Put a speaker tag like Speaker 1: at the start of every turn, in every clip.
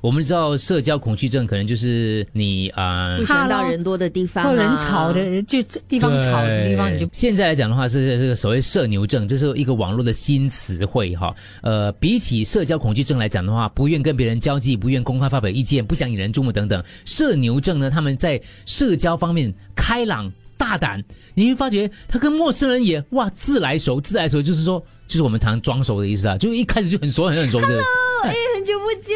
Speaker 1: 我们知道社交恐惧症可能就是你啊。
Speaker 2: 不喜欢到人多的地方、啊，
Speaker 3: 或人潮的就地方吵的地方，你就
Speaker 1: 对现在来讲的话是这个所谓社牛症，这是一个网络的新词汇哈。呃，比起社交恐惧症来讲的话，不愿跟别人交际，不愿公开发表意见，不想引人注目等等，社牛症呢，他们在社交方面开朗大胆，你会发觉他跟陌生人也哇自来熟，自来熟就是说。就是我们常装熟的意思啊，就一开始就很熟很很熟的，
Speaker 2: 哎、很久不见，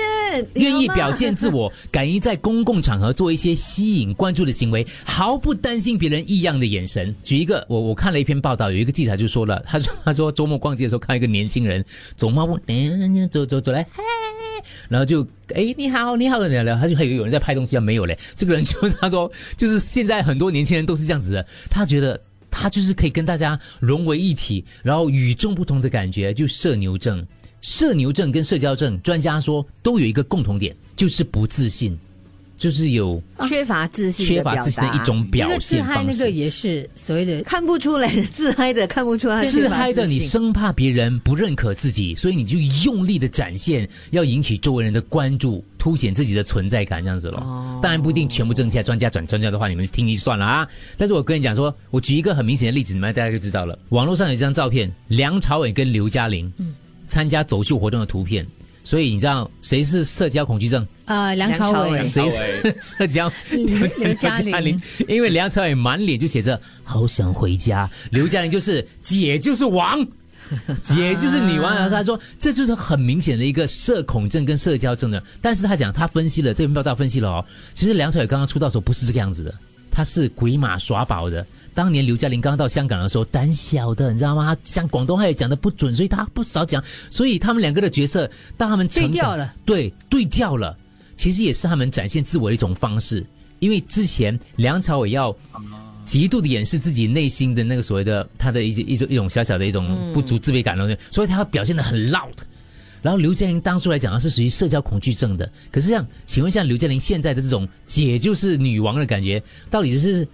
Speaker 1: 愿意
Speaker 2: 有吗
Speaker 1: 表现自我，敢于在公共场合做一些吸引关注的行为，毫不担心别人异样的眼神。举一个，我我看了一篇报道，有一个记者就说了，他说他说周末逛街的时候看到一个年轻人走马步，嗯走走走来，嘿，然后就哎你好你好的聊聊，他就还以为有人在拍东西啊，没有嘞，这个人就是他说就是现在很多年轻人都是这样子的，他觉得。他就是可以跟大家融为一体，然后与众不同的感觉，就社牛症。社牛症跟社交症，专家说都有一个共同点，就是不自信，就是有
Speaker 2: 缺乏自信，
Speaker 1: 缺乏自信的一，种
Speaker 3: 那
Speaker 1: 表
Speaker 3: 个自
Speaker 1: 现
Speaker 3: 嗨
Speaker 1: 方
Speaker 3: 那个
Speaker 1: 式。
Speaker 3: 也是所谓的
Speaker 2: 看不出来的，自嗨的看不出来，
Speaker 1: 自嗨的，
Speaker 3: 自
Speaker 1: 你
Speaker 3: 信
Speaker 1: 生怕别人不认可自己，所以你就用力的展现，要引起周围人的关注，凸显自己的存在感，这样子咯。当然不一定全部正确，专家转专家的话，你们听一算了啊。但是我跟你讲说，我举一个很明显的例子，你们大家就知道了。网络上有一张照片，梁朝伟跟刘嘉玲，参加走秀活动的图片。所以你知道谁是社交恐惧症？
Speaker 3: 呃梁朝
Speaker 2: 梁朝
Speaker 3: 伟
Speaker 2: 伟
Speaker 1: 谁是 社 交？
Speaker 3: 刘 刘嘉玲
Speaker 1: 玲，因为梁朝伟满脸就写着“好想回家”，刘嘉玲就是“姐就是王”。姐就是女王，然
Speaker 3: 啊
Speaker 1: 后他说这就是很明显的一个社恐症跟社交症的。但是他讲他分析了这篇报道分析了哦，其实梁朝伟刚刚出道的时候不是这个样子的，他是鬼马耍宝的。当年刘嘉玲刚到香港的时候，胆小的，你知道吗？他像广东话也讲的不准，所以他不少讲。所以他们两个的角色，当他们成长
Speaker 3: 对调了，
Speaker 1: 对对调了，其实也是他们展现自我的一种方式。因为之前梁朝伟要极度的掩饰自己内心的那个所谓的他的一些一种一种小小的一种不足
Speaker 2: 嗯
Speaker 1: 自卑感东西，所以他表现的很 loud。然后刘嘉玲当初来讲，她是属于社交恐惧症的。可是像，请问一下，刘嘉玲现在的这种“姐就是女王”的感觉，到底是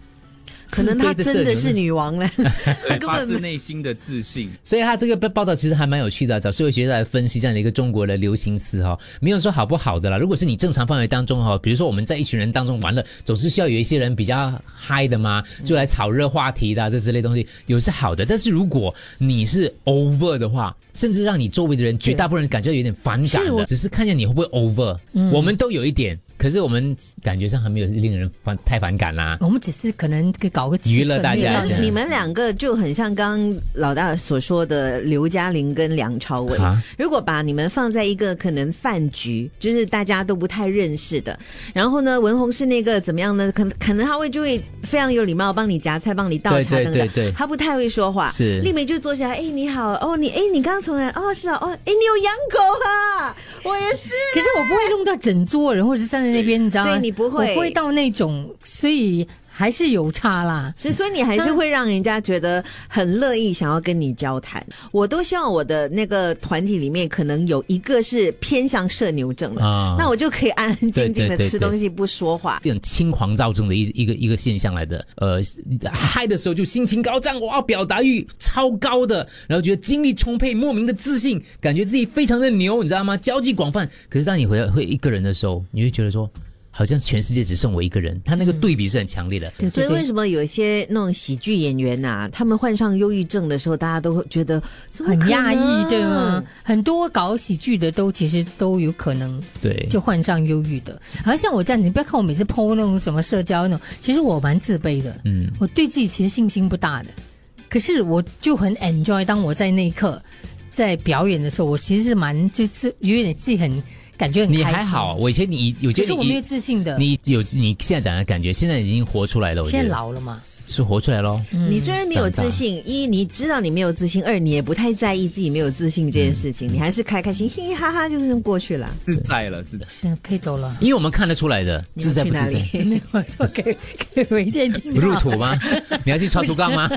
Speaker 2: 可能她
Speaker 1: 自卑
Speaker 2: 真
Speaker 1: 社
Speaker 2: 的
Speaker 1: 牛
Speaker 2: 是
Speaker 1: 呢
Speaker 2: 女王了，她
Speaker 4: 对，
Speaker 2: 根
Speaker 4: 发自
Speaker 2: 本没
Speaker 4: 内心的自信。
Speaker 1: 所以他这个报道其实还蛮有趣的，啊找社会学家来分析这样的一个中国的流行词哈、没有说好不好的啦。如果是你正常范围当中哈、比如说我们在一群人当中玩乐，总是需要有一些人比较嗨的嘛，就来炒热话题的、啊、这之类东西，有是好的。但是如果你是 over 的话，甚至让你周围的人绝大部分人感觉有点反感
Speaker 3: 是我嗯
Speaker 1: 的，只是看见你会不会 over，、我们都有一点，可是我们感觉上还没有令人反太反感啦。
Speaker 3: 我们只是可能搞个气
Speaker 1: 娱乐
Speaker 3: 氛
Speaker 1: 大家
Speaker 3: 让
Speaker 1: 一下
Speaker 2: 你们两个就很像刚刚老大所说的刘嘉玲跟梁朝伟。
Speaker 1: 啊
Speaker 2: 如果把你们放在一个可能饭局，就是大家都不太认识的，然后呢，文红是那个怎么样呢？可能可能他会就会非常有礼貌，帮你夹菜，帮你倒茶
Speaker 1: 对对
Speaker 2: 等等。
Speaker 1: 对对
Speaker 2: 他不太会说话。
Speaker 1: 是
Speaker 2: 丽梅就坐下来，哎，你好，哦，你哎，你刚从来，哦，是啊，哦，哎，你有养狗啊？我也是。
Speaker 3: 可是我不会弄到整桌人，或者是站在那边，你知道吗？
Speaker 2: 对你不会
Speaker 3: 我不会到那种，所以还是有差啦。
Speaker 2: 是，所以你还是会让人家觉得很乐意想要跟你交谈。我都希望我的那个团体里面可能有一个是偏向社牛症的，
Speaker 1: 啊
Speaker 2: 那我就可以安安静静
Speaker 1: 对对
Speaker 2: 的
Speaker 1: 对
Speaker 2: 吃东西不说话。
Speaker 1: 这种轻狂躁症的一一个一个现象来的。呃，嗨的时候就心情高涨，哇，表达欲超高的，然后觉得精力充沛，莫名的自信，感觉自己非常的牛，你知道吗？交际广泛。可是当你回回一个人的时候，你会觉得说，好像全世界只剩我一个人，他那个对比是很强烈的。
Speaker 3: 对
Speaker 2: 所以
Speaker 3: 对对
Speaker 2: 为什么有一些那种喜剧演员呐、他们患上忧郁症的时候，大家都会觉得怎么
Speaker 3: 很
Speaker 2: 可
Speaker 3: 压抑，
Speaker 2: 能
Speaker 3: 对吗？？
Speaker 1: 嗯
Speaker 3: 很多搞喜剧的都其实都有可能
Speaker 1: 对，
Speaker 3: 就患上忧郁的。而像我这样，你不要看我每次 PO 那种什么社交那种，其实我蛮自卑的，
Speaker 1: 嗯，
Speaker 3: 我对自己其实信心不大的。可是我就很 enjoy，当我在那一刻在表演的时候，我其实是蛮就是有点自己很感觉很开
Speaker 1: 你
Speaker 3: 心。
Speaker 1: 还好，，我以前你，我
Speaker 3: 可
Speaker 1: 觉
Speaker 3: 是
Speaker 1: 得
Speaker 3: 我没
Speaker 1: 你
Speaker 3: 有自信的。
Speaker 1: 你有你现在讲的感觉，现在已经活出来了，我觉
Speaker 3: 现在
Speaker 1: 得
Speaker 3: 老嗯了嘛，
Speaker 1: 是活出来咯。
Speaker 2: 你虽然没有自信，一你知道你没有自信，二你也不太在意自己没有自信
Speaker 1: 嗯
Speaker 2: 这件事情，你还是开开心嘻嘻哈哈就这么过去了。
Speaker 4: 自在了，自在。
Speaker 3: 是可以走 了。
Speaker 1: 因为我们看得出来的，
Speaker 2: 你要
Speaker 1: 自在
Speaker 2: 去
Speaker 1: 不自
Speaker 2: 哪
Speaker 1: 在
Speaker 2: 里？
Speaker 3: 没有我说给给维健听到
Speaker 1: 入土吗？你要去刷竹杠吗？